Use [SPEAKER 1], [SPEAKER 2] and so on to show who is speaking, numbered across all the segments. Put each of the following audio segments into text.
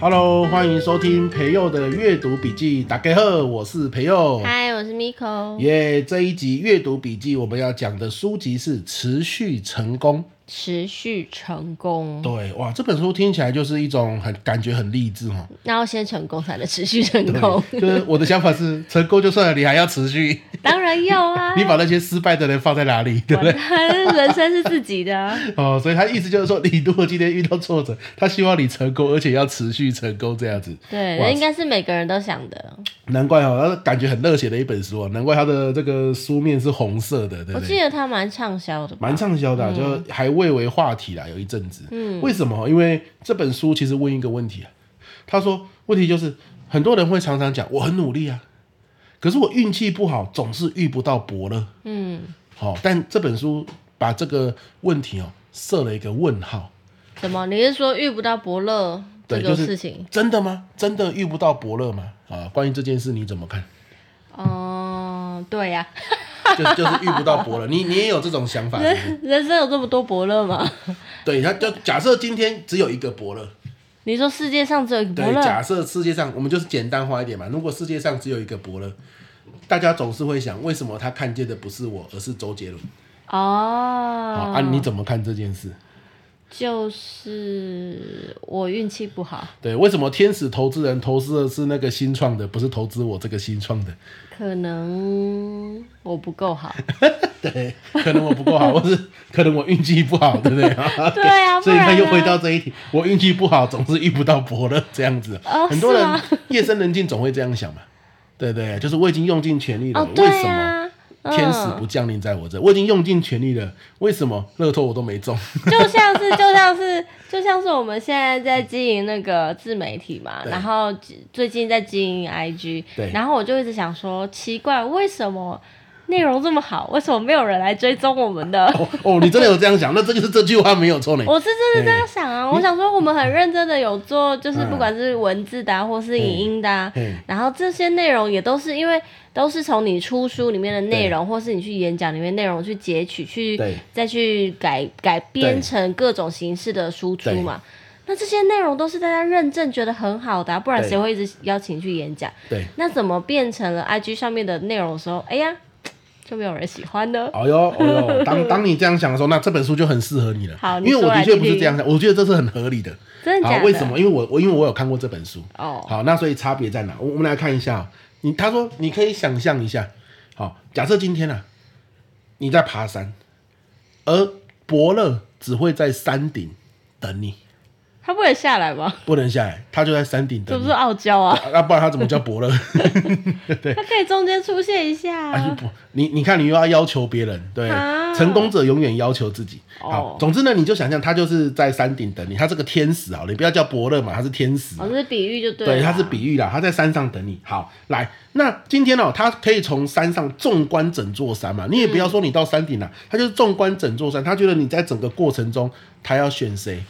[SPEAKER 1] Hello，欢迎收听培佑的阅读笔记。打开后，我是培佑。
[SPEAKER 2] 嗨，我是 Miko。
[SPEAKER 1] 哦耶这一集阅读笔记我们要讲的书籍是《持续成功》。
[SPEAKER 2] 持续成功，
[SPEAKER 1] 对，哇，这本书听起来就是一种很感觉很励志哦。
[SPEAKER 2] 那要先成功才能持续成功，
[SPEAKER 1] 对就是我的想法是，成功就算了，你还要持续。
[SPEAKER 2] 当然要啊。
[SPEAKER 1] 你 把那些失败的人放在哪里，对不对？
[SPEAKER 2] 完蛋，人生是自己的啊、
[SPEAKER 1] 哦，所以他意思就是说，你如果今天遇到挫折，他希望你成功，而且要持续成功这样子。
[SPEAKER 2] 对，
[SPEAKER 1] 哇
[SPEAKER 2] 那应该是每个人都想的。
[SPEAKER 1] 难怪哦，他感觉很热血的一本书哦，难怪他的这个书面是红色的，对
[SPEAKER 2] 我
[SPEAKER 1] 不
[SPEAKER 2] 记
[SPEAKER 1] 对？
[SPEAKER 2] 得他蛮畅销的吧，
[SPEAKER 1] 蛮畅销的啊、
[SPEAKER 2] 嗯
[SPEAKER 1] 就还蔚为话题啦，有一阵子。嗯，为什么？因为这本书其实问一个问题啊，他说问题就是很多人会常常讲我很努力啊，可是我运气不好，总是遇不到伯乐。
[SPEAKER 2] 嗯，
[SPEAKER 1] 好、但这本书把这个问题哦设了一个问号。
[SPEAKER 2] 怎么？你是说遇不到伯乐这
[SPEAKER 1] 对，
[SPEAKER 2] 个
[SPEAKER 1] 就是
[SPEAKER 2] 事情？
[SPEAKER 1] 真的吗？真的遇不到伯乐吗？啊，关于这件事你怎么看？
[SPEAKER 2] 哦、对呀、
[SPEAKER 1] 就就是遇不到伯乐，你你也有这种想法是不 是？
[SPEAKER 2] 人生有这么多伯乐 吗？
[SPEAKER 1] 对，他就假设今天只有一个伯乐，
[SPEAKER 2] 你说世界上只有一个伯
[SPEAKER 1] 对，假
[SPEAKER 2] 乐，
[SPEAKER 1] 设世界上我们就是简单化一点嘛，如果世界上只有一个伯乐，大家总是会想，为什么他看见的不是我，而是周杰伦？啊
[SPEAKER 2] 哦，
[SPEAKER 1] 啊，你怎么看这件事？
[SPEAKER 2] 就是我运气不好，
[SPEAKER 1] 对，为什么天使投资人投资的是那个新创的，不是投资我这个新创的？
[SPEAKER 2] 可能我不够好。
[SPEAKER 1] 对，可能我不够好，或是可能我运气不好，对不对？
[SPEAKER 2] 对啊
[SPEAKER 1] 所以
[SPEAKER 2] 不
[SPEAKER 1] 他
[SPEAKER 2] 然呢
[SPEAKER 1] 又回到这一题，我运气不好，总是遇不到伯乐这样子。
[SPEAKER 2] 哦
[SPEAKER 1] 很多人
[SPEAKER 2] 是吗
[SPEAKER 1] 夜深人静总会这样想嘛，对不对，就是我已经用尽全力了，
[SPEAKER 2] 哦，对
[SPEAKER 1] 为什么？
[SPEAKER 2] 啊，
[SPEAKER 1] 天使不降临在我这，我已经用尽全力了，为什么乐透我都没中？
[SPEAKER 2] 就像是就像是 就像是我们现在在经营那个自媒体嘛，
[SPEAKER 1] 对
[SPEAKER 2] 然后最近在经营 IG，
[SPEAKER 1] 对
[SPEAKER 2] 然后我就一直想说，奇怪，为什么内容这么好，为什么没有人来追踪我们 的？
[SPEAKER 1] 哦哦，你真的有这样想？那这个是这句话没有错呢。
[SPEAKER 2] 我是真的这样想啊，我想说我们很认真的有做，就是
[SPEAKER 1] 嗯
[SPEAKER 2] 不管是文字的、啊、或是影音的、啊
[SPEAKER 1] 嘿嘿，
[SPEAKER 2] 然后这些内容也都是因为都是从你出书里面的内容，或是你去演讲里面内容去截取，去
[SPEAKER 1] 对
[SPEAKER 2] 再去改改编成各种形式的输出嘛。那这些内容都是大家认证觉得很好的、啊，不然
[SPEAKER 1] 对
[SPEAKER 2] 谁会一直邀请去演讲？
[SPEAKER 1] 对，
[SPEAKER 2] 那怎么变成了 IG 上面的内容的时候，哎呀，就没有人喜欢呢？
[SPEAKER 1] 哦哟，哦哟，当当你这样想的时候，那这本书就很适合你了。
[SPEAKER 2] 好
[SPEAKER 1] 因
[SPEAKER 2] 你
[SPEAKER 1] 为我
[SPEAKER 2] 说
[SPEAKER 1] 的
[SPEAKER 2] 来
[SPEAKER 1] 确
[SPEAKER 2] 听
[SPEAKER 1] 不是
[SPEAKER 2] 听
[SPEAKER 1] 这样想，我觉得这是很合理的。
[SPEAKER 2] 真的假
[SPEAKER 1] 好，
[SPEAKER 2] 的？
[SPEAKER 1] 为什？么？因为我我因为我有看过这本书。
[SPEAKER 2] 哦，
[SPEAKER 1] 好，那所以差别在哪？我我们来看一下、哦。你他说你可以想象一下，好，假设今天啊，你在爬山，而伯乐只会在山顶等你，
[SPEAKER 2] 他不能下来吗？
[SPEAKER 1] 不能下来，他就在山顶
[SPEAKER 2] 这
[SPEAKER 1] 等
[SPEAKER 2] 不
[SPEAKER 1] 你
[SPEAKER 2] 是。傲娇啊？
[SPEAKER 1] 那、啊、不然他怎么叫伯 乐？
[SPEAKER 2] 他可以中间出现一下、
[SPEAKER 1] 啊，就不，你你看，你又要要求别人，对，
[SPEAKER 2] 啊
[SPEAKER 1] 成功者永远要求自己。好
[SPEAKER 2] 哦，
[SPEAKER 1] 总之呢，你就想象他就是在山顶等你，他这个天使啊，你不要叫伯乐嘛，他是天使嘛
[SPEAKER 2] 哦，这是比喻就对了。
[SPEAKER 1] 对，它啊是。比喻啦，它在山上等你。好，来，那今天哦，它可以从山上纵观整座山嘛，你也不要说你到山顶了，它就是纵观整座山。他觉得你在整个过程中，他要选谁，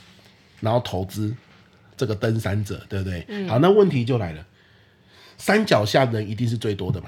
[SPEAKER 1] 然后投资这个登山者，对不对？好，那问题就来了，山脚下人一定是最多的嘛，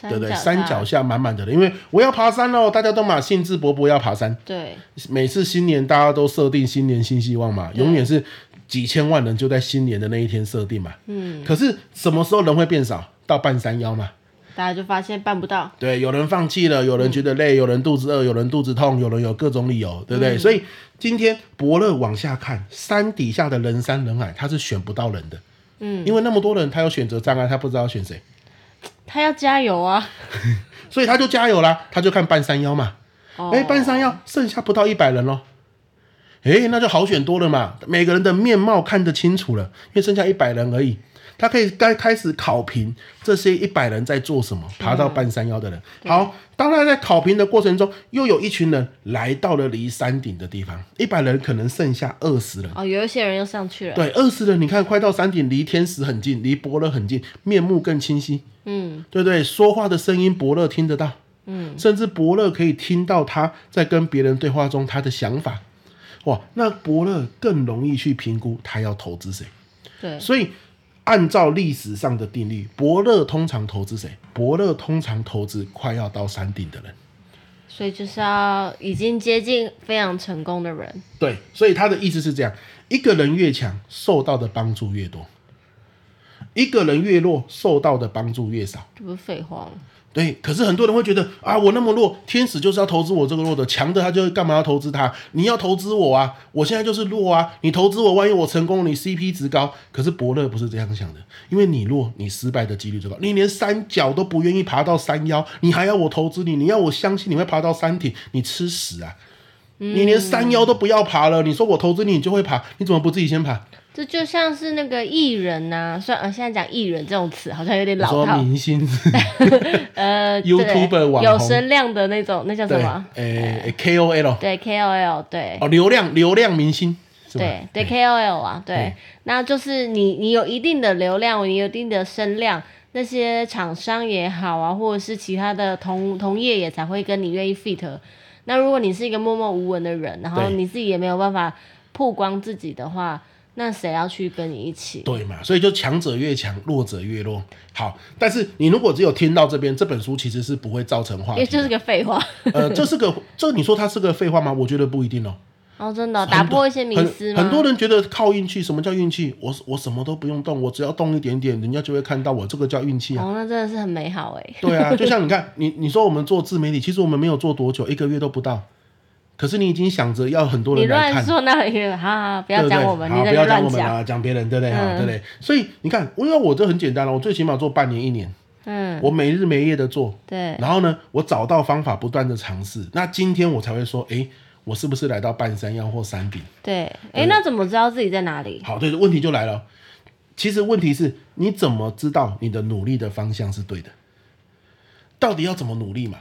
[SPEAKER 2] 对
[SPEAKER 1] 对不对？山脚。下满满的人，因为我要爬山哦喽，大家都嘛兴致勃勃要爬山。
[SPEAKER 2] 对，
[SPEAKER 1] 每次新年大家都设定新年新希望嘛，永远是几千万人就在新年的那一天设定嘛。嗯，可是什么时候人会变少？到半山腰嘛。
[SPEAKER 2] 大家就发现办不到。
[SPEAKER 1] 对，有人放弃了，有人觉得累，有人肚子饿，有人肚子痛，有人有各种理由，对不对？所以今天伯乐往下看，山底下的人山人海，他是选不到人的。嗯，因为那么多人，他有选择障碍，他不知道选谁，
[SPEAKER 2] 他要加油啊！
[SPEAKER 1] 所以他就加油啦，他就看半山腰嘛。
[SPEAKER 2] 哦，
[SPEAKER 1] 哎、半山腰剩下不到一百人喽。哎、那就好选多了嘛，每个人的面貌看得清楚了，因为剩下一百人而已。他可以该开始考评这些一百人在做什么，爬到半山腰的人。好，当然在考评的过程中，又有一群人来到了离山顶的地方，一百人可能剩下二十人。
[SPEAKER 2] 哦，有一些人又上去了。
[SPEAKER 1] 对，二十人，你看快到山顶，离天使很近，离伯乐很近，面目更清晰。
[SPEAKER 2] 嗯，
[SPEAKER 1] 对不对？说话的声音伯乐听得到，嗯，甚至伯乐可以听到他在跟别人对话中他的想法，哇，那伯乐更容易去评估他要投资谁。
[SPEAKER 2] 对，
[SPEAKER 1] 所以按照历史上的定律，伯乐通常投资谁？伯乐通常投资快要到山顶的人。
[SPEAKER 2] 所以就是要已经接近非常成功的人，
[SPEAKER 1] 对，所以他的意思是这样：一个人越强，受到的帮助越多；一个人越弱，受到的帮助越少。
[SPEAKER 2] 这不是废话吗？
[SPEAKER 1] 对，可是很多人会觉得啊，我那么弱，天使就是要投资我这个弱的，强的他就干嘛要投资他？你要投资我啊，我现在就是弱啊，你投资我，万一我成功，你 CP 值高。可是伯乐不是这样想的，因为你弱，你失败的几率就高，你连山脚都不愿意爬到山腰，你还要我投资你？你要我相信你会爬到山顶？你吃屎啊！你连山腰都不要爬了，你说我投资你，你就会爬，你怎么不自己先爬？
[SPEAKER 2] 这就像是那个艺人呐、虽然呃现在讲艺人这种词好像有点
[SPEAKER 1] 你
[SPEAKER 2] 老
[SPEAKER 1] 说
[SPEAKER 2] 套，
[SPEAKER 1] 明 星
[SPEAKER 2] 呃
[SPEAKER 1] YouTuber
[SPEAKER 2] 对
[SPEAKER 1] 网红
[SPEAKER 2] 有声量的那种，那叫什
[SPEAKER 1] 对，
[SPEAKER 2] 么？
[SPEAKER 1] 诶、k o l
[SPEAKER 2] 对 KOL，对、
[SPEAKER 1] 哦，流量流量明星是吧？
[SPEAKER 2] 对对 KOL 啊，对，那就是你你有一定的流量，你有一定的声量，那些厂商也好啊，或者是其他的同同业也才会跟你愿意 fit。那如果你是一个默默无闻的人，然后
[SPEAKER 1] 对
[SPEAKER 2] 你自己也没有办法曝光自己的话，那谁要去跟你一起？
[SPEAKER 1] 对嘛，所以就强者越强，弱者越弱。好，但是你如果只有听到这边，这本书其实是不会造成话
[SPEAKER 2] 因为
[SPEAKER 1] 题。
[SPEAKER 2] 就是个废话。
[SPEAKER 1] 呃，这是个，这你说它是个废话吗？我觉得不一定哦。
[SPEAKER 2] 哦，真的哦、
[SPEAKER 1] 很
[SPEAKER 2] 打
[SPEAKER 1] 多
[SPEAKER 2] 破一些迷思吗？
[SPEAKER 1] 很。很多人觉得靠运气，什么叫运气？我我什么都不用动，我只要动一点点，人家就会看到我，这个叫运气啊。
[SPEAKER 2] 哦，那真的是很美好哎。
[SPEAKER 1] 对啊，就像你看，你你说我们做自媒体，其实我们没有做多久，一个月都不到，可是你已经想着要很多
[SPEAKER 2] 你
[SPEAKER 1] 人来看
[SPEAKER 2] 乱。说那也哈哈，不
[SPEAKER 1] 对
[SPEAKER 2] 要
[SPEAKER 1] 不对？
[SPEAKER 2] 讲
[SPEAKER 1] 好，
[SPEAKER 2] 我们，你在
[SPEAKER 1] 不
[SPEAKER 2] 那
[SPEAKER 1] 要讲
[SPEAKER 2] 乱
[SPEAKER 1] 我们啊，讲别人，对不对？哈、
[SPEAKER 2] 嗯
[SPEAKER 1] 对不对？所以你看，因为我这很简单了，我最起码做半年一年，
[SPEAKER 2] 嗯，
[SPEAKER 1] 我没日没夜的做，
[SPEAKER 2] 对，
[SPEAKER 1] 然后呢，我找到方法，不断的尝试，那今天我才会说，诶，我是不是来到半山腰或山顶？
[SPEAKER 2] 对，哎、那怎么知道自己在哪里？
[SPEAKER 1] 好，对，问题就来了。其实问题是你怎么知道你的努力的方向是对的？到底要怎么努力嘛？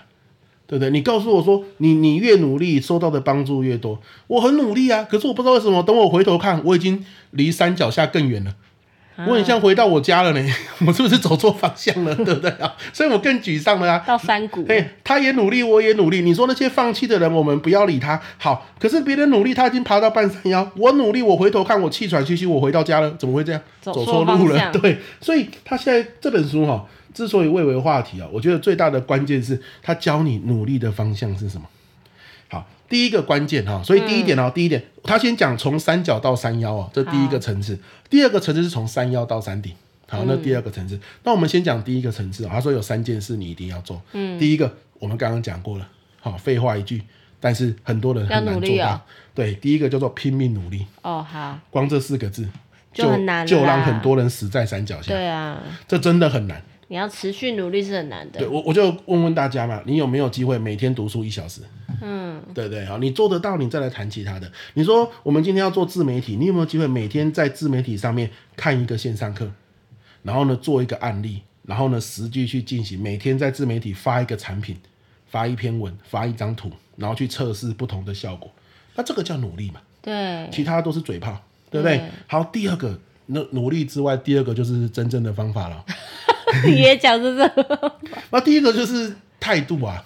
[SPEAKER 1] 对不对？你告诉我说，你你越努力，收到的帮助越多。我很努力啊，可是我不知道为什么，等我回头看，我已经离山脚下更远了。
[SPEAKER 2] 啊
[SPEAKER 1] 我很像回到我家了呢， 我是不是走错方向了？ 对不对啊？所以我更沮丧了啊。
[SPEAKER 2] 到山谷，
[SPEAKER 1] 哎、他也努力，我也努力。你说那些放弃的人，我们不要理他。好，可是别人努力，他已经爬到半山腰，我努力，我回头看，我气喘吁吁，我回到家了，怎么会这样？
[SPEAKER 2] 走
[SPEAKER 1] 走
[SPEAKER 2] 错
[SPEAKER 1] 错
[SPEAKER 2] 方
[SPEAKER 1] 路了
[SPEAKER 2] 向，
[SPEAKER 1] 对。所以他现在这本书哈、之所以蔚为话题啊、我觉得最大的关键是他教你努力的方向是什么。好，第一个关键哈、所以第一
[SPEAKER 2] 嗯
[SPEAKER 1] 点哦，第一点，他先讲从山脚到山腰哦，这第一个层次。第二个层次是从山腰到山顶。好，
[SPEAKER 2] 嗯
[SPEAKER 1] 那第二个层次，那我们先讲第一个层次、哦。他说有三件事你一定要做。嗯，第一个我们刚刚讲过了，好、废话一句，但是很多人很
[SPEAKER 2] 要努
[SPEAKER 1] 难
[SPEAKER 2] 力
[SPEAKER 1] 做到。
[SPEAKER 2] 哦
[SPEAKER 1] 对，第一个叫做拼命努力，
[SPEAKER 2] 哦，好，
[SPEAKER 1] 光这四个字
[SPEAKER 2] 就很难了
[SPEAKER 1] 就让
[SPEAKER 2] 啦
[SPEAKER 1] 很多人死在山脚下，
[SPEAKER 2] 对啊，
[SPEAKER 1] 这真的很难。
[SPEAKER 2] 你要持续努力是很难的
[SPEAKER 1] 对，我我就问问大家嘛，你有没有机会每天读书一小时？嗯，对对，好，你做得到，你再来谈其他的。你说我们今天要做自媒体，你有没有机会每天在自媒体上面看一个线上课，然后呢做一个案例，然后呢实际去进行，每天在自媒体发一个产品，发一篇文，发一张图，然后去测试不同的效果，那这个叫努力嘛？
[SPEAKER 2] 对，
[SPEAKER 1] 其他都是嘴炮，对不对？
[SPEAKER 2] 对
[SPEAKER 1] 好，第二个，那努力之外，第二个就是真正的方法了。
[SPEAKER 2] 你 也讲是这个，
[SPEAKER 1] 那第一个就是态度啊，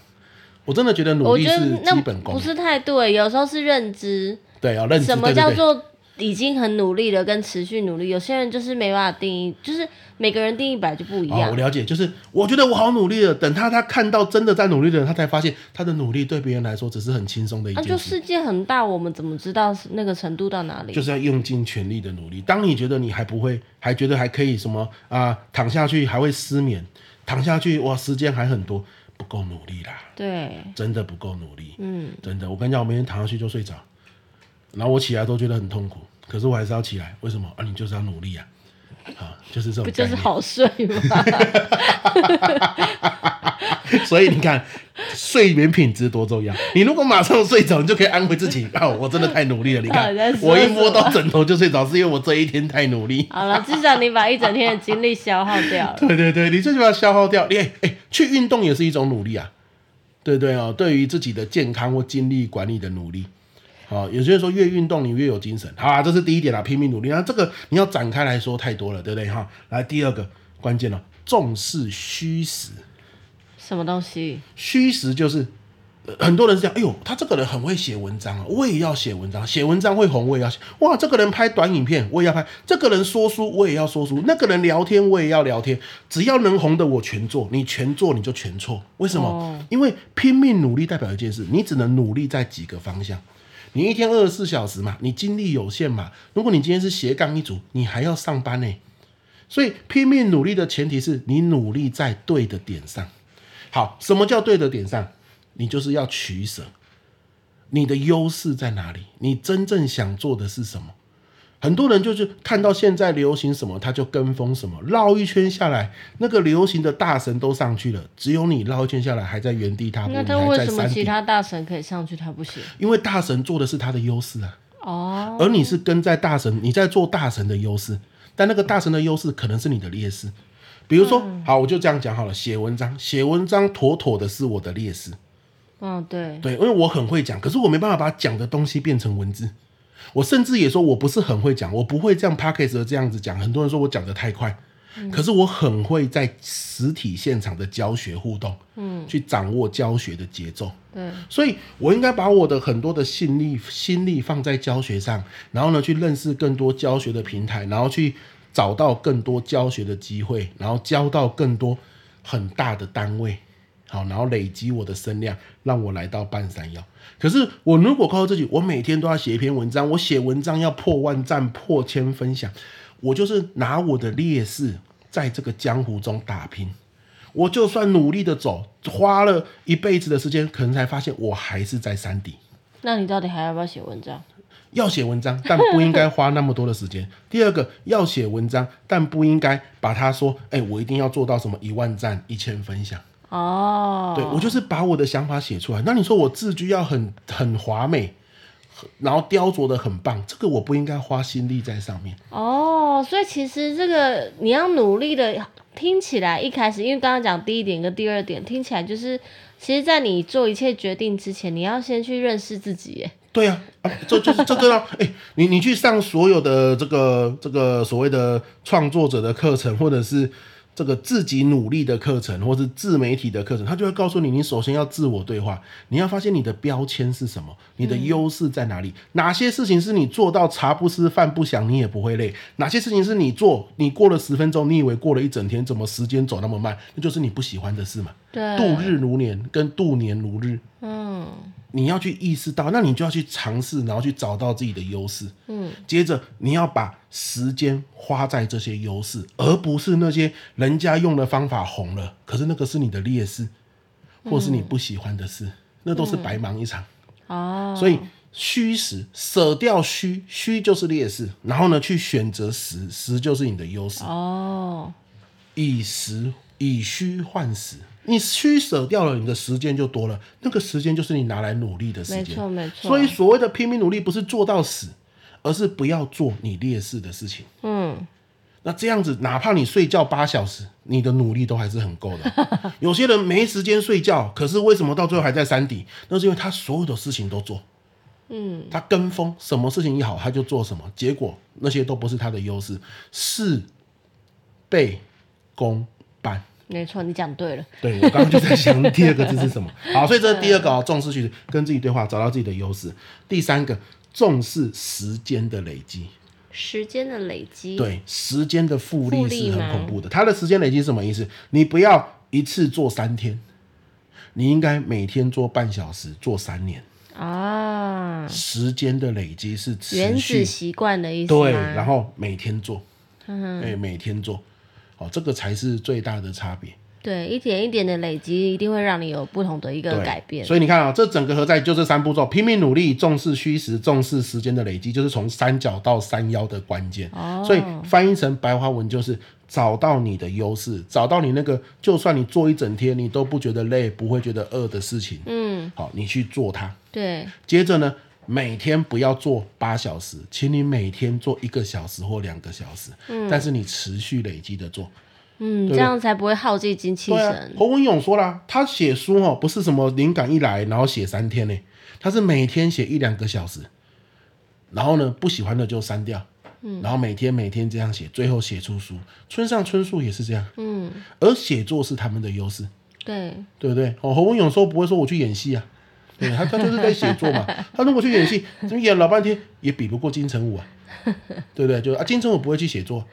[SPEAKER 1] 我真的觉得努
[SPEAKER 2] 我
[SPEAKER 1] 力
[SPEAKER 2] 觉得
[SPEAKER 1] 是
[SPEAKER 2] 那
[SPEAKER 1] 基本功
[SPEAKER 2] 不，是态度、欸，有时候是认知，
[SPEAKER 1] 对，要认知，
[SPEAKER 2] 什么
[SPEAKER 1] 对
[SPEAKER 2] 叫
[SPEAKER 1] 对对，
[SPEAKER 2] 做已经很努力了，跟持续努力，有些人就是没办法定义，就是每个人定义本来就不一
[SPEAKER 1] 哦，
[SPEAKER 2] 样
[SPEAKER 1] 我，了解，就是我觉得我好努力了，等他他看到真的在努力的人，他才发现他的努力对别人来说只是很轻松的一
[SPEAKER 2] 那、
[SPEAKER 1] 件
[SPEAKER 2] 啊就
[SPEAKER 1] 事。
[SPEAKER 2] 世界很大，我们怎么知道是那个程度到哪里？
[SPEAKER 1] 就是要用尽全力的努力。当你觉得你还不会，还觉得还可以什么啊、躺下去还会失眠，躺下去哇，时间还很多，不够努力啦。
[SPEAKER 2] 对，
[SPEAKER 1] 真的不够努力。嗯，真的，我跟你讲，我每天躺下去就睡着，然后我起来都觉得很痛苦，可是我还是要起来，为什么？啊，你就是要努力啊，啊，就是这
[SPEAKER 2] 不
[SPEAKER 1] 种
[SPEAKER 2] 就
[SPEAKER 1] 概
[SPEAKER 2] 是
[SPEAKER 1] 念。
[SPEAKER 2] 好睡 吗？
[SPEAKER 1] 所以你看，睡眠品质多重要。你如果马上睡着，你就可以安慰自己，啊，我真的太努力了。你看
[SPEAKER 2] 到底哦在，说
[SPEAKER 1] 我一
[SPEAKER 2] 什
[SPEAKER 1] 摸
[SPEAKER 2] 么
[SPEAKER 1] 到枕头就睡着，是因为我这一天太努力。
[SPEAKER 2] 好了，至少你把一整天的精力消耗掉了。
[SPEAKER 1] 对对对，你最起码消耗掉。你哎、哎去运动也是一种努力啊。对对哦，对于自己的健康或精力管理的努力。好、有些人说越运动你越有精神，好啊，这是第一点啦，拼命努力。那这个你要展开来说太多了，对不对哈？来第二个关键哦了，重视虚实。
[SPEAKER 2] 什么东西？
[SPEAKER 1] 虚实就是很多人是讲，哎呦，他这个人很会写文章啊，我也要写文章，写文章会红，我也要写。哇，这个人拍短影片，我也要拍；这个人说书，我也要说书；那个人聊天，我也要聊天。只要能红的，我全做。你全做，你就全错。为什么？
[SPEAKER 2] 哦
[SPEAKER 1] 因为拼命努力代表一件事，你只能努力在几个方向。你一天二十四小时嘛，你精力有限嘛。如果你今天是斜杠一族，你还要上班呢、所以拼命努力的前提是你努力在对的点上。好，什么叫对的点上？你就是要取舍，你的优势在哪里？你真正想做的是什么？很多人就是看到现在流行什么，他就跟风什么，绕一圈下来，那个流行的大神都上去了，只有你绕一圈下来还在原地踏步，
[SPEAKER 2] 那
[SPEAKER 1] 你
[SPEAKER 2] 他
[SPEAKER 1] 还
[SPEAKER 2] 为
[SPEAKER 1] 在
[SPEAKER 2] 什么
[SPEAKER 1] 山
[SPEAKER 2] 其
[SPEAKER 1] 顶。
[SPEAKER 2] 他大神可以上去，他不行？
[SPEAKER 1] 因为大神做的是他的优势啊，
[SPEAKER 2] 哦，
[SPEAKER 1] 而你是跟在大神，你在做大神的优势，但那个大神的优势可能是你的劣势。比如说，
[SPEAKER 2] 嗯
[SPEAKER 1] 好，我就这样讲好了，写文章，写文章妥妥的是我的劣势，
[SPEAKER 2] 嗯，对，
[SPEAKER 1] 对，因为我很会讲，可是我没办法把讲的东西变成文字。我甚至也说我不是很会讲，我不会这样 p a c k a g e 这样子讲。很多人说我讲的太快，可是我很会在实体现场的教学互动，嗯，去掌握教学的节奏。
[SPEAKER 2] 对，
[SPEAKER 1] 所以我应该把我的很多的心力心力放在教学上，然后呢，去认识更多教学的平台，然后去找到更多教学的机会，然后教到更多很大的单位，好，然后累积我的声量，让我来到半山腰。可是我如果靠自己，我每天都要写一篇文章，我写文章要破万赞、破千分享，我就是拿我的劣势在这个江湖中打拼。我就算努力的走，花了一辈子的时间，可能才发现我还是在山底。
[SPEAKER 2] 那你到底还要不要写文章？
[SPEAKER 1] 要写文章，但不应该花那么多的时间。第二个，要写文章，但不应该把它说，哎、我一定要做到什么一万赞、一千分享。
[SPEAKER 2] 哦，
[SPEAKER 1] 对我就是把我的想法写出来。那你说我字句要很很华美，很然后雕琢的很棒，这个我不应该花心力在上面。
[SPEAKER 2] 哦，所以其实这个你要努力的，听起来一开始，因为刚刚讲第一点跟第二点，听起来就是，其实，在你做一切决定之前，你要先去认识自己耶。
[SPEAKER 1] 对呀、啊，这就是这个、啊，哎、你你去上所有的这个这个所谓的创作者的课程，或者是这个自己努力的课程，或是自媒体的课程，他就会告诉你，你首先要自我对话，你要发现你的标签是什么，你的优势在哪里，哪些事情是你做到茶不思饭不想，你也不会累，哪些事情是你做，你过了十分钟，你以为过了一整天，怎么时间走那么慢，那就是你不喜欢的事嘛。
[SPEAKER 2] 对，
[SPEAKER 1] 度日如年，跟度年如日。
[SPEAKER 2] 嗯，
[SPEAKER 1] 你要去意识到，那你就要去尝试，然后去找到自己的优势。
[SPEAKER 2] 嗯，
[SPEAKER 1] 接着你要把时间花在这些优势，而不是那些人家用的方法红了，可是那个是你的劣势，
[SPEAKER 2] 嗯
[SPEAKER 1] 或是你不喜欢的事，那都是白忙一场。
[SPEAKER 2] 哦，
[SPEAKER 1] 所以虚实舍掉虚，虚就是劣势，然后呢去选择实，实就是你的优势。
[SPEAKER 2] 哦，
[SPEAKER 1] 以实以虚换实，你虚舍掉了，你的时间就多了，那个时间就是你拿来努力的时
[SPEAKER 2] 没
[SPEAKER 1] 间。
[SPEAKER 2] 错没错。
[SPEAKER 1] 所以，所谓的拼命努力，不是做到死，而是不要做你劣势的事情。
[SPEAKER 2] 嗯，
[SPEAKER 1] 那这样子，哪怕你睡觉八小时，你的努力都还是很够 的。有些人没时间睡觉，可是为什么到最后还在山底？那是因为他所有的事情都做。嗯，他跟风，什么事情一好他就做什么，结果那些都不是他的优势，事倍功半。
[SPEAKER 2] 没错，你讲对了。
[SPEAKER 1] 对，我刚刚就在想第二个字是什么。好，所以这是第二个哦，重视去跟自己对话，找到自己的优势。第三个，重视时间的累积。
[SPEAKER 2] 时间的累积，，
[SPEAKER 1] 对，时间的复
[SPEAKER 2] 复
[SPEAKER 1] 利
[SPEAKER 2] 利
[SPEAKER 1] 是
[SPEAKER 2] 吗
[SPEAKER 1] 很恐怖的。它的时间累积是什么意思？你不要一次做三天，你应该每天做半小时，做三年。
[SPEAKER 2] 啊，
[SPEAKER 1] 时间的累积是持
[SPEAKER 2] 原
[SPEAKER 1] 续
[SPEAKER 2] 子习惯的意思吗
[SPEAKER 1] 对，然后每天做，嗯，哎，每天做，哦，这个才是最大的差别。
[SPEAKER 2] 对，一点一点的累积，一定会让你有不同的一个
[SPEAKER 1] 对
[SPEAKER 2] 改变。
[SPEAKER 1] 所以你看啊、这整个合在就这三步骤：拼命努力、重视虚实、重视时间的累积，就是从三角到三腰的关键。
[SPEAKER 2] 哦
[SPEAKER 1] 所以翻译成白话文就是找到你的优势，找到你那个就算你做一整天你都不觉得累、不会觉得饿的事情，
[SPEAKER 2] 嗯，
[SPEAKER 1] 好，你去做它。
[SPEAKER 2] 对，
[SPEAKER 1] 接着呢，每天不要做八小时，请你每天做一个小时或两个小时，但是你持续累积的做。
[SPEAKER 2] 嗯，这样才不会耗尽精气
[SPEAKER 1] 对啊
[SPEAKER 2] 神。，
[SPEAKER 1] 侯文勇说啦，他写书哦，不是什么灵感一来然后写三天呢，他是每天写一两个小时，然后呢不喜欢的就删掉，嗯，然后每天每天这样写，最后写出书。村上春树也是这样，
[SPEAKER 2] 嗯，
[SPEAKER 1] 而写作是他们的优势，
[SPEAKER 2] 对，
[SPEAKER 1] 对不对？哦，侯文勇说不会说我去演戏啊，对他他就是在写作 嘛。他如果去演戏，怎么演老半天也比不过金城武啊，对不对？就啊，金城武不会去写作，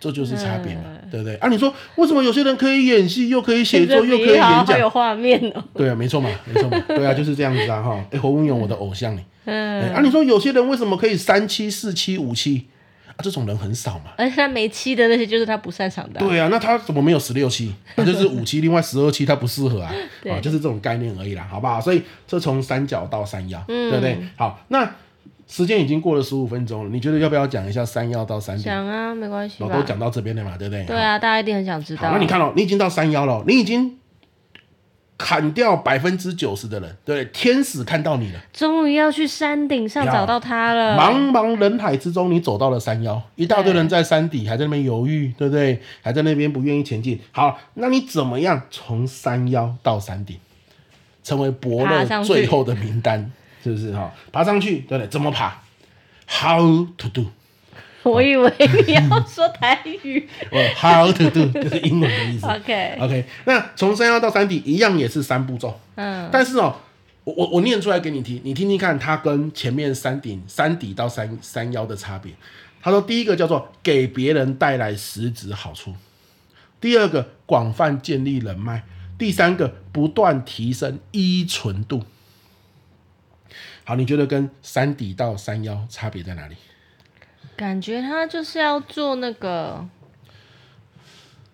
[SPEAKER 1] 这就是差别嘛，
[SPEAKER 2] 嗯
[SPEAKER 1] 对不对？啊，你说为什么有些人可以演戏，又可以写作，
[SPEAKER 2] 这
[SPEAKER 1] 又
[SPEAKER 2] 比
[SPEAKER 1] 可
[SPEAKER 2] 喻
[SPEAKER 1] 以
[SPEAKER 2] 好
[SPEAKER 1] 演
[SPEAKER 2] 好
[SPEAKER 1] 讲？
[SPEAKER 2] 有画面哦。
[SPEAKER 1] 对啊，没错嘛，没错嘛，对啊，就是这样子啊哈。哎、侯文勇，我的偶像呢、
[SPEAKER 2] 嗯，
[SPEAKER 1] 哎啊，你说有些人为什么可以三七、四七、五七啊？这种人很少嘛。
[SPEAKER 2] 而且他没七的那些就是他不擅长的啊、
[SPEAKER 1] 对啊，那他怎么没有十六期？那就是五 期，另外十二期他不适合啊，
[SPEAKER 2] 对
[SPEAKER 1] 啊，就是这种概念而已啦，好不好？所以这从三角到三幺、
[SPEAKER 2] 嗯
[SPEAKER 1] 对不对？好，那时间已经过了十五分钟了，你觉得要不要讲一下三幺到三点？
[SPEAKER 2] 讲啊，没关系
[SPEAKER 1] 我都
[SPEAKER 2] 吧？
[SPEAKER 1] 讲到这边了嘛，对不对？
[SPEAKER 2] 对啊，大家一定很想知
[SPEAKER 1] 好，
[SPEAKER 2] 道
[SPEAKER 1] 那。你看哦，你已经到三幺了哦，你已经砍掉百分之九十的人，对不对？天使看到你了。
[SPEAKER 2] 终于要去山顶上
[SPEAKER 1] 呀
[SPEAKER 2] 找到他了。
[SPEAKER 1] 茫茫人海之中，你走到了山腰，一大堆人在山底，还在那边犹豫，对不对？还在那边不愿意前进。好，那你怎么样从山腰到山顶，成为伯
[SPEAKER 2] 爬
[SPEAKER 1] 乐
[SPEAKER 2] 上去
[SPEAKER 1] 最后的名单？是不是哈、爬上去，对不对？怎么爬？How to do？
[SPEAKER 2] 我以为你要说台语。
[SPEAKER 1] 我 How to do 就是英文的意思。
[SPEAKER 2] OK，
[SPEAKER 1] OK，那从山腰到山底一样也是三步骤，
[SPEAKER 2] 嗯，
[SPEAKER 1] 但是哦，我我我念出来给你听，你听听看，它跟前面山顶、山底到山山腰的差别。他说，第一个叫做给别人带来实质好处，第二个广泛建立人脉，第三个不断提升依存度。好，你觉得跟山底到山腰差别在哪里？
[SPEAKER 2] 感觉他就是要做那个，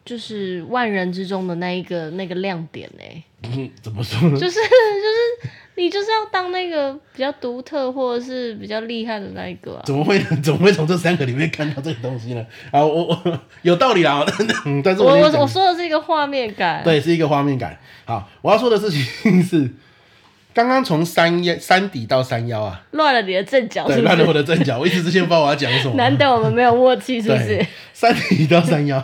[SPEAKER 2] 就是万人之中的那一个那个亮点哎、
[SPEAKER 1] 嗯， 怎么说呢？
[SPEAKER 2] 就是就是你就是要当那个比较独特或者是比较厉害的那一个、啊。
[SPEAKER 1] 怎么会怎么会从这三个里面看到这个东西呢？啊，我我有道理啦， 嗯但是
[SPEAKER 2] 我
[SPEAKER 1] 我
[SPEAKER 2] 我
[SPEAKER 1] 先讲
[SPEAKER 2] 我说的是一个画面感，
[SPEAKER 1] 对，是一个画面感。好，我要说的事情是， 刚刚从山腰山底到山腰啊，
[SPEAKER 2] 乱了你的阵脚
[SPEAKER 1] 对，
[SPEAKER 2] 哦是不
[SPEAKER 1] 乱了我
[SPEAKER 2] 是？
[SPEAKER 1] 的阵脚，我一时之间不知道我要讲什么。
[SPEAKER 2] 难得我们没有默契，是不是
[SPEAKER 1] 对？，山底到山腰，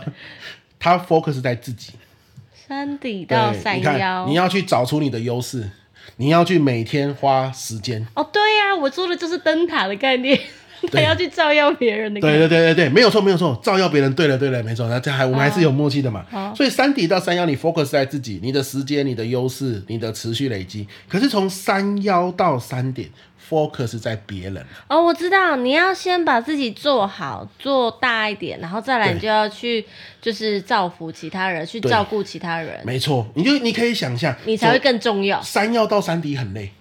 [SPEAKER 1] 他 focus 在自己，
[SPEAKER 2] 山底
[SPEAKER 1] 对
[SPEAKER 2] 到
[SPEAKER 1] 你
[SPEAKER 2] 山
[SPEAKER 1] 看
[SPEAKER 2] 腰
[SPEAKER 1] 你，要去找出你的优势，你要去每天花时间。
[SPEAKER 2] 哦，对呀、我说的就是灯塔的概念， 他
[SPEAKER 1] 对
[SPEAKER 2] 要去照耀别人的概
[SPEAKER 1] 对对
[SPEAKER 2] 念。
[SPEAKER 1] 对对对，没有错没有错，照耀别人，对了对了，没错，那这还我们还是有默契的嘛。
[SPEAKER 2] 嗯好
[SPEAKER 1] 所以山底到山腰，你 focus 在自己，你的时间、你的优势、你的持续累积。可是从山腰到山顶，focus 在别人。
[SPEAKER 2] 哦，我知道，你要先把自己做好，做大一点，然后再来
[SPEAKER 1] 对
[SPEAKER 2] 你就要去，就是造福其他人，去
[SPEAKER 1] 对
[SPEAKER 2] 照顾其他人，
[SPEAKER 1] 没错，你就你可以想象，
[SPEAKER 2] 你才会更重要
[SPEAKER 1] 走。山要到山底很累，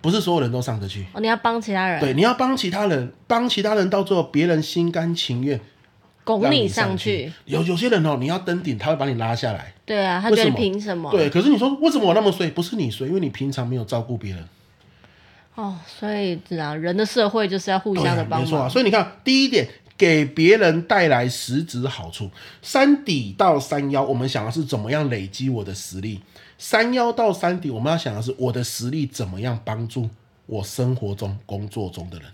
[SPEAKER 1] 不是所有人都上得去。
[SPEAKER 2] 哦，你要帮其他人，
[SPEAKER 1] 对，你要帮其他人，帮其他人到最后，别人心甘情愿
[SPEAKER 2] 拱
[SPEAKER 1] 让
[SPEAKER 2] 你
[SPEAKER 1] 上
[SPEAKER 2] 上去。。
[SPEAKER 1] 有有些人哦，你要登顶，他会把你拉下来。
[SPEAKER 2] 对啊，他
[SPEAKER 1] 为
[SPEAKER 2] 觉得
[SPEAKER 1] 什
[SPEAKER 2] 你
[SPEAKER 1] 么
[SPEAKER 2] 凭什么？
[SPEAKER 1] 对，可是你说为什么我那么衰？不是你衰，因为你平常没有照顾别人。
[SPEAKER 2] 哦，所以知道人的社会就是要互
[SPEAKER 1] 对
[SPEAKER 2] 相的
[SPEAKER 1] 啊，没
[SPEAKER 2] 帮
[SPEAKER 1] 错
[SPEAKER 2] 忙。
[SPEAKER 1] 啊。所以你看，第一点，给别人带来实质好处。山底到山腰，我们想的是怎么样累积我的实力；山腰到山底，我们要想的是我的实力怎么样帮助我生活中、工作中的人。
[SPEAKER 2] 哦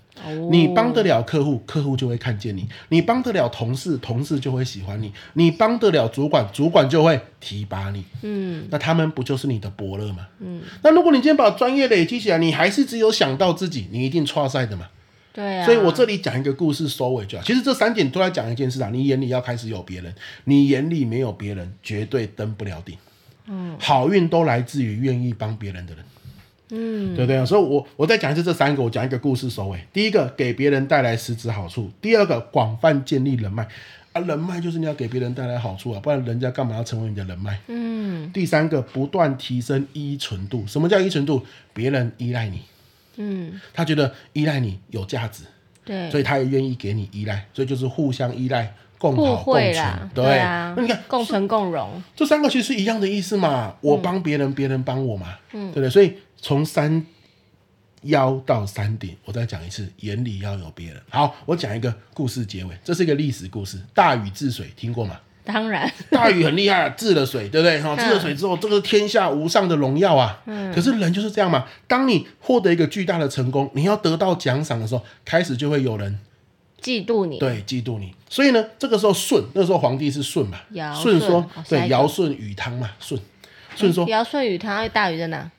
[SPEAKER 1] 你帮得了客户，客户就会看见你；你帮得了同事，同事就会喜欢你；你帮得了主管，主管就会提拔你。
[SPEAKER 2] 嗯，
[SPEAKER 1] 那他们不就是你的伯乐吗？嗯，那如果你今天把专业累积起来，你还是只有想到自己，你一定错赛的嘛。
[SPEAKER 2] 对啊。
[SPEAKER 1] 所以我这里讲一个故事收尾就好。其实这三点都在讲一件事啊，你眼里要开始有别人，你眼里没有别人，绝对登不了顶。嗯，好运都来自于愿意帮别人的人。嗯，对不对？所以我我再讲一次这三个，我讲一个故事收尾。第一个，给别人带来实质好处；第二个，广泛建立人脉。啊，人脉就是你要给别人带来好处啊，不然人家干嘛要成为你的人脉？
[SPEAKER 2] 嗯
[SPEAKER 1] 第三个，不断提升依存度。什么叫依存度？别人依赖你，
[SPEAKER 2] 嗯，
[SPEAKER 1] 他觉得依赖你有价值，
[SPEAKER 2] 对
[SPEAKER 1] 所。以他也愿意给你依赖，所以就是互相依赖，共
[SPEAKER 2] 互
[SPEAKER 1] 好共
[SPEAKER 2] 惠
[SPEAKER 1] 存
[SPEAKER 2] 啦，。
[SPEAKER 1] 对，
[SPEAKER 2] 啊
[SPEAKER 1] 那你看，
[SPEAKER 2] 共存共荣，
[SPEAKER 1] 这三个其实是一样的意思
[SPEAKER 2] 嗯
[SPEAKER 1] 嘛，我帮别人，别人帮我嘛，嗯，对不对？所以从山腰到山顶，我再讲一次，眼里要有别人。好，我讲一个故事结尾，这是一个历史故事，大禹治水，听 过吗？
[SPEAKER 2] 当然，
[SPEAKER 1] 大禹很厉害，啊治了水，对不对？哈，
[SPEAKER 2] 嗯
[SPEAKER 1] 治了水之后，这个是天下无上的荣耀啊。可是人就是这样嘛，当你获得一个巨大的成功，你要得到奖赏的时候，开始就会有人
[SPEAKER 2] 嫉妒你，
[SPEAKER 1] 对，嫉妒你。所以呢，这个时候舜，那时候皇帝是舜嘛
[SPEAKER 2] 尧，
[SPEAKER 1] 舜
[SPEAKER 2] 舜
[SPEAKER 1] 说
[SPEAKER 2] 哦，下
[SPEAKER 1] 对，
[SPEAKER 2] 一个嗯
[SPEAKER 1] 尧舜禹汤嘛，舜，舜说
[SPEAKER 2] 尧舜禹汤，大禹在哪？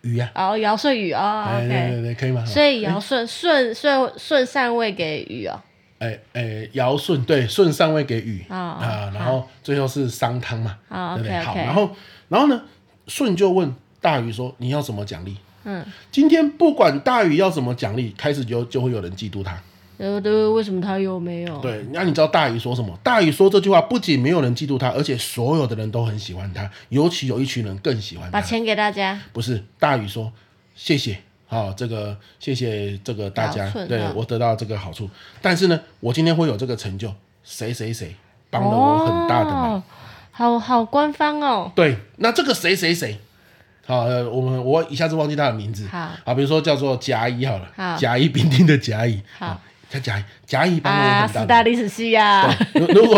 [SPEAKER 1] 禹呀，
[SPEAKER 2] 哦，尧舜禹哦
[SPEAKER 1] 哎，对
[SPEAKER 2] ，OK。
[SPEAKER 1] 对对，可以吗？
[SPEAKER 2] 所以尧舜舜舜舜禅位给禹哦，
[SPEAKER 1] 哎哎，尧舜对舜上位给禹
[SPEAKER 2] 哦
[SPEAKER 1] 啊，然
[SPEAKER 2] 好哦
[SPEAKER 1] 后最后是商汤嘛，
[SPEAKER 2] 好
[SPEAKER 1] 对不对？
[SPEAKER 2] ，OK，OK
[SPEAKER 1] 好，然后然后呢，舜就问大禹说，你要什么奖励？
[SPEAKER 2] 嗯，
[SPEAKER 1] 今天不管大宇要什么奖励，开始就就会有人嫉妒他。
[SPEAKER 2] 然后都为什么他有没有？
[SPEAKER 1] 对，那你知道大宇说什么？大宇说这句话不仅没有人嫉妒他，而且所有的人都很喜欢他，尤其有一群人更喜欢
[SPEAKER 2] 把
[SPEAKER 1] 他。
[SPEAKER 2] 钱给大家，
[SPEAKER 1] 不是大宇说谢谢，好、这个谢谢这个大家
[SPEAKER 2] 好，处
[SPEAKER 1] 对
[SPEAKER 2] 嗯
[SPEAKER 1] 我得到这个好处。但是呢，我今天会有这个成就，谁谁谁帮了我很大的忙。
[SPEAKER 2] 哦，好好官方哦。
[SPEAKER 1] 对，那这个谁谁谁，好，呃我们我一下子忘记他的名字，
[SPEAKER 2] 好
[SPEAKER 1] 比如说叫做甲乙好
[SPEAKER 2] 好
[SPEAKER 1] 了，甲乙丙丁的甲乙，
[SPEAKER 2] 好
[SPEAKER 1] 啊，他甲乙甲乙帮了我很
[SPEAKER 2] 啊，
[SPEAKER 1] 大
[SPEAKER 2] 四
[SPEAKER 1] 的忙。
[SPEAKER 2] 大历史系呀、啊，
[SPEAKER 1] 如如果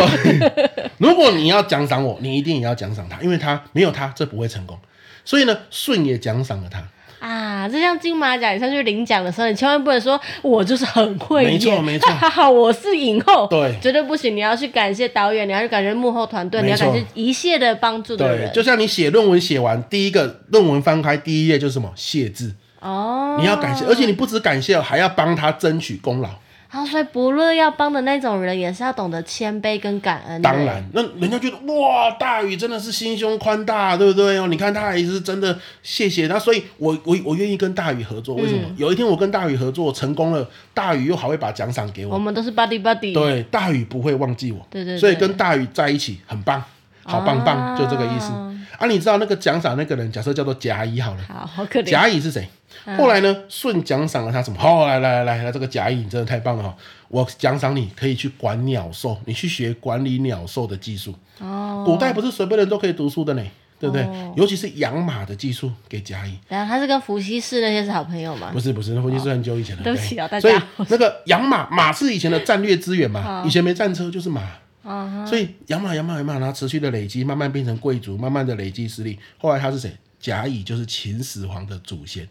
[SPEAKER 1] 如果你要奖赏我，你一定也要奖赏他，因为他没有他，这不会成功。所以呢，舜也奖赏了他。
[SPEAKER 2] 啊，这像金马奖，你上去领奖的时候，你千万不能说我就是很会演，
[SPEAKER 1] 没 错没错
[SPEAKER 2] 哈哈，我是影后，
[SPEAKER 1] 对
[SPEAKER 2] 绝对不行，你要去感谢导演，你要去感谢幕后团队，你
[SPEAKER 1] 没
[SPEAKER 2] 要
[SPEAKER 1] 错
[SPEAKER 2] 感谢一切的帮助的
[SPEAKER 1] 对
[SPEAKER 2] 人，，
[SPEAKER 1] 就像你写论文写完，第一个论文翻开第一页就是什么谢字，
[SPEAKER 2] 哦，
[SPEAKER 1] 你要感谢，而且你不只感谢，还要帮他争取功劳。
[SPEAKER 2] 然后所以不论要帮的那种人，也是要懂得谦卑跟感恩的，
[SPEAKER 1] 当然，那人家觉得哇，大宇真的是心胸宽大，对不对哦？你看他还是真的谢谢他，所以我我我愿意跟大宇合作。为什么？
[SPEAKER 2] 嗯
[SPEAKER 1] 有一天我跟大宇合作成功了，大宇又还会把奖赏给
[SPEAKER 2] 我
[SPEAKER 1] 我。
[SPEAKER 2] 们都是 buddy buddy，
[SPEAKER 1] 对，大宇不会忘记我。
[SPEAKER 2] 对对对
[SPEAKER 1] 所以跟大宇在一起很棒，好棒棒，
[SPEAKER 2] 啊
[SPEAKER 1] 就这个意思。啊，你知道那个奖赏那个人，假设叫做甲乙好了，
[SPEAKER 2] 好好可怜，
[SPEAKER 1] 甲乙是谁？
[SPEAKER 2] 嗯
[SPEAKER 1] 后来呢，舜奖赏了他什么？好、来来来来，这个甲乙你真的太棒了、哦！我奖赏你，可以去管鸟兽，你去学管理鸟兽的技术。
[SPEAKER 2] 哦，
[SPEAKER 1] 古代不是随便人都可以读书的呢，对不对？
[SPEAKER 2] 哦
[SPEAKER 1] 尤其是养马的技术给甲乙。
[SPEAKER 2] 然后他是跟伏羲氏那些是好朋友嘛
[SPEAKER 1] 不，是不是，那回去是很久以前的。
[SPEAKER 2] 对不起啊大家
[SPEAKER 1] 所以那个养马，马是以前的战略资源嘛
[SPEAKER 2] 好，
[SPEAKER 1] 以前没战车就是马，
[SPEAKER 2] 哦啊哈，
[SPEAKER 1] 所以养马养马养马，然后持续的累积，慢慢变成贵族，慢慢的累积实力。后来他是谁？甲乙就是秦始皇的祖先。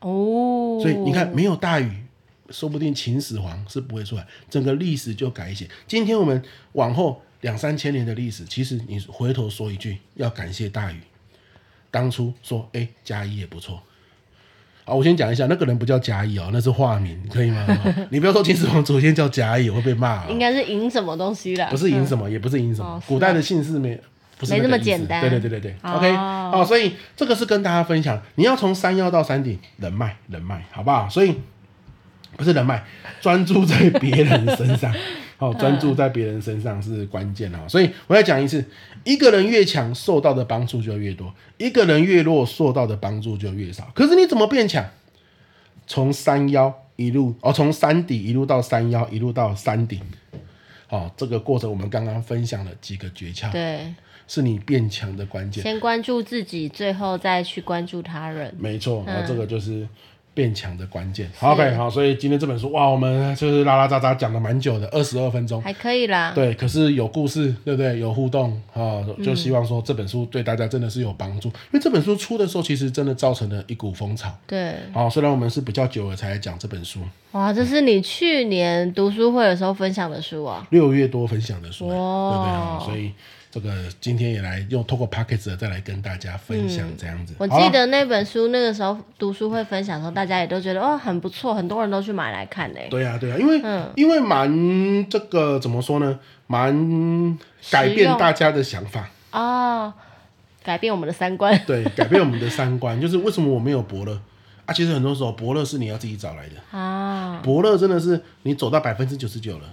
[SPEAKER 2] 哦，
[SPEAKER 1] 所以你看，没有大禹，说不定秦始皇是不会出来，整个历史就改写。今天我们往后两三千年的历史，其实你回头说一句，要感谢大禹，当初说，哎、甲乙也不错。啊，我先讲一下，那个人不叫甲乙哦，那是化名，可以吗？哦你不要说秦始皇祖先叫甲乙，我会被 骂、
[SPEAKER 2] 应
[SPEAKER 1] 哦。
[SPEAKER 2] 该是赢什么东西啦，
[SPEAKER 1] 不是赢什么，也不是赢什么，
[SPEAKER 2] 哦是啊
[SPEAKER 1] 古代的姓氏没。不是
[SPEAKER 2] 没
[SPEAKER 1] 那
[SPEAKER 2] 那么
[SPEAKER 1] 个意思
[SPEAKER 2] 简单
[SPEAKER 1] 对对对对对、
[SPEAKER 2] 哦
[SPEAKER 1] o k 哦，所以这个是跟大家分享，你要从山腰到山顶，人脉人脉，好不好？所以不是人脉，专注在别人身 上，好、哦，专注在别人身上是关键哦。所以我再讲一次，一个人越强，受到的帮助就越多；一个人越弱，受到的帮助就越少。可是你怎么变强？从山腰一路哦，从山底一路到山腰，一路到山顶。哦，这个过程我们刚刚分享了几个诀窍，
[SPEAKER 2] 对，
[SPEAKER 1] 是你变强的关键。
[SPEAKER 2] 先关注自己，最后再去关注他人。
[SPEAKER 1] 没错，
[SPEAKER 2] 嗯
[SPEAKER 1] 啊、这个就是变强的关键。好 OK，好，所以今天这本书哇，我们就是拉拉杂杂讲了蛮久的，二十二分钟。
[SPEAKER 2] 还可以啦，
[SPEAKER 1] 对，可是有故事，对不对？有互动啊、
[SPEAKER 2] 嗯
[SPEAKER 1] 就希望说这本书对大家真的是有帮助。因为这本书出的时候，其实真的造成了一股风潮。
[SPEAKER 2] 对，
[SPEAKER 1] 好、虽然我们是比较久了才来讲这本书，
[SPEAKER 2] 哇，这是你去年读书会的时候分享的书啊，
[SPEAKER 1] 六月多分享的书，对
[SPEAKER 2] 哇
[SPEAKER 1] 不对啊、所以这个今天也来用透过 p o c k e t 再来跟大家分享这样子。
[SPEAKER 2] 嗯我
[SPEAKER 1] 好了
[SPEAKER 2] 记得那本书那个时候读书会分享的时候，大家也都觉得哦很不错，很多人都去买来看呢、
[SPEAKER 1] 对呀、对呀、啊因为、
[SPEAKER 2] 嗯
[SPEAKER 1] 因为蛮这个怎么说呢，蛮改
[SPEAKER 2] 实
[SPEAKER 1] 变
[SPEAKER 2] 用
[SPEAKER 1] 大家的想法，
[SPEAKER 2] 哦，改变我们的三观，
[SPEAKER 1] 对，改变我们的三观， 就是为什么我没有伯乐啊？其实很多时候伯乐是你要自己找来的，
[SPEAKER 2] 啊，
[SPEAKER 1] 伯乐真的是你走到百分之九十九了，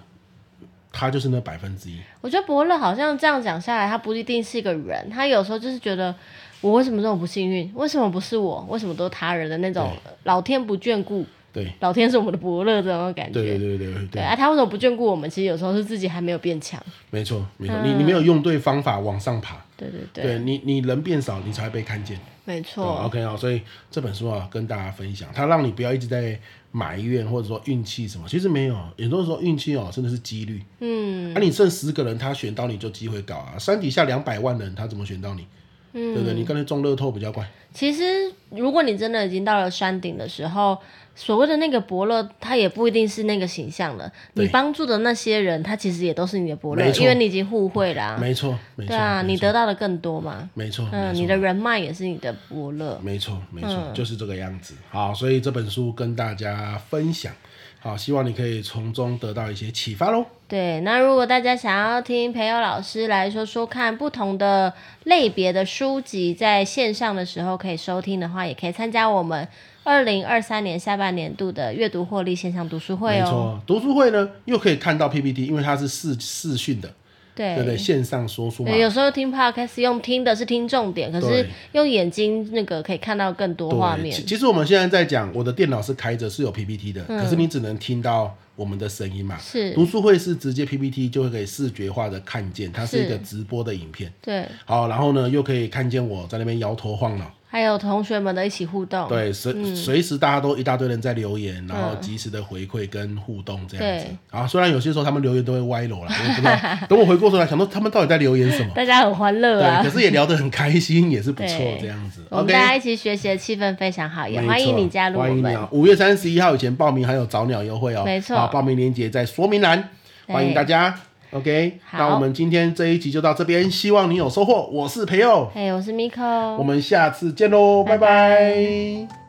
[SPEAKER 1] 他就是那百分之一，
[SPEAKER 2] 我觉得伯乐好像这样讲下来，他不一定是一个人，他有时候就是觉得我为什么这么不幸运，为什么不是我，为什么都是他人的那种老天不眷顾，
[SPEAKER 1] 对，
[SPEAKER 2] 老天是我们的伯乐这种感觉。
[SPEAKER 1] 对对对对对
[SPEAKER 2] 对
[SPEAKER 1] 对，
[SPEAKER 2] 啊，他为什么不眷顾我们？其实有时候是自己还没有变强。
[SPEAKER 1] 没错没错，你你没有用对方法往上爬，
[SPEAKER 2] 对对嗯对，
[SPEAKER 1] 对你你人变少，你才会被看见。
[SPEAKER 2] 没
[SPEAKER 1] 哦、
[SPEAKER 2] 错。
[SPEAKER 1] OK 啊、所以这本书啊，跟大家分享，它让你不要一直在埋怨或者说运气什么，其实没有，很多时候运气哦，真的是几率。嗯，啊，你剩十个人，他选到你就机会高啊，山底下两百万人，他怎么选到你？嗯，对不对？你干脆中乐透比较快。
[SPEAKER 2] 其实如果你真的已经到了山顶的时候，所谓的那个伯乐，他也不一定是那个形象的。
[SPEAKER 1] 对
[SPEAKER 2] 你帮助的那些人，他其实也都是你的伯乐
[SPEAKER 1] 没，错
[SPEAKER 2] 因为你已经互惠啦、
[SPEAKER 1] 没错，没错，
[SPEAKER 2] 对啊，
[SPEAKER 1] 没
[SPEAKER 2] 你
[SPEAKER 1] 错
[SPEAKER 2] 得到的更多嘛。
[SPEAKER 1] 没错，
[SPEAKER 2] 嗯，你的人脉也是你的嗯伯乐。
[SPEAKER 1] 没错，没错，就是这个样子。好，所以这本书跟大家分享，好，希望你可以从中得到一些启发喽。
[SPEAKER 2] 对，那如果大家想要听培友老师来说说看不同的类别的书籍，在线上的时候可以收听的话，也可以参加我们二零二三年下半年度的阅读获利线上读书会
[SPEAKER 1] 没
[SPEAKER 2] 哦。
[SPEAKER 1] 错，读书会呢又可以看到 PPT，因为它是视视讯的，对不对？线上说书嘛
[SPEAKER 2] 哎对，，有时候听 podcast 用听的是听重点，可是
[SPEAKER 1] 对
[SPEAKER 2] 用眼睛那个可以看到更多画
[SPEAKER 1] 对。
[SPEAKER 2] 面
[SPEAKER 1] 其。其实我们现在在讲，我的电脑是开着是有 PPT 的，可是你只能听到我们的声音嘛。
[SPEAKER 2] 嗯是，
[SPEAKER 1] 读书会是直接 PPT 就会可以视觉化的看见，它是一个
[SPEAKER 2] 是
[SPEAKER 1] 直播的影片。
[SPEAKER 2] 对，
[SPEAKER 1] 好，然后呢又可以看见我在那边摇头晃脑。
[SPEAKER 2] 还有同学们的一起互动。
[SPEAKER 1] 对，随随时大家都一大堆人在留言，然后及时的回馈跟互动这样子
[SPEAKER 2] 嗯对。
[SPEAKER 1] 啊，虽然有些时候他们留言都会歪楼
[SPEAKER 2] ，
[SPEAKER 1] 啦，我也不知道。等我回过头来想说他们到底在留言什么
[SPEAKER 2] 大家很欢乐啊
[SPEAKER 1] 对，可！是也聊得很开心，也是不错
[SPEAKER 2] 对
[SPEAKER 1] 这样子。
[SPEAKER 2] 我们
[SPEAKER 1] OK，
[SPEAKER 2] 大家一起学习的气氛非常好，也欢迎你加入我
[SPEAKER 1] 欢迎你
[SPEAKER 2] 们。
[SPEAKER 1] 啊！五月三十一号以前报名还有早鸟优惠哦，
[SPEAKER 2] 没错
[SPEAKER 1] 好报名链接在说明栏，
[SPEAKER 2] 对
[SPEAKER 1] 欢迎大家。OK，
[SPEAKER 2] 好
[SPEAKER 1] 那我们今天这一集就到这边，希望你有收获。我是培佑，
[SPEAKER 2] 嘿，我是 Miko，
[SPEAKER 1] 我们下次见喽，拜拜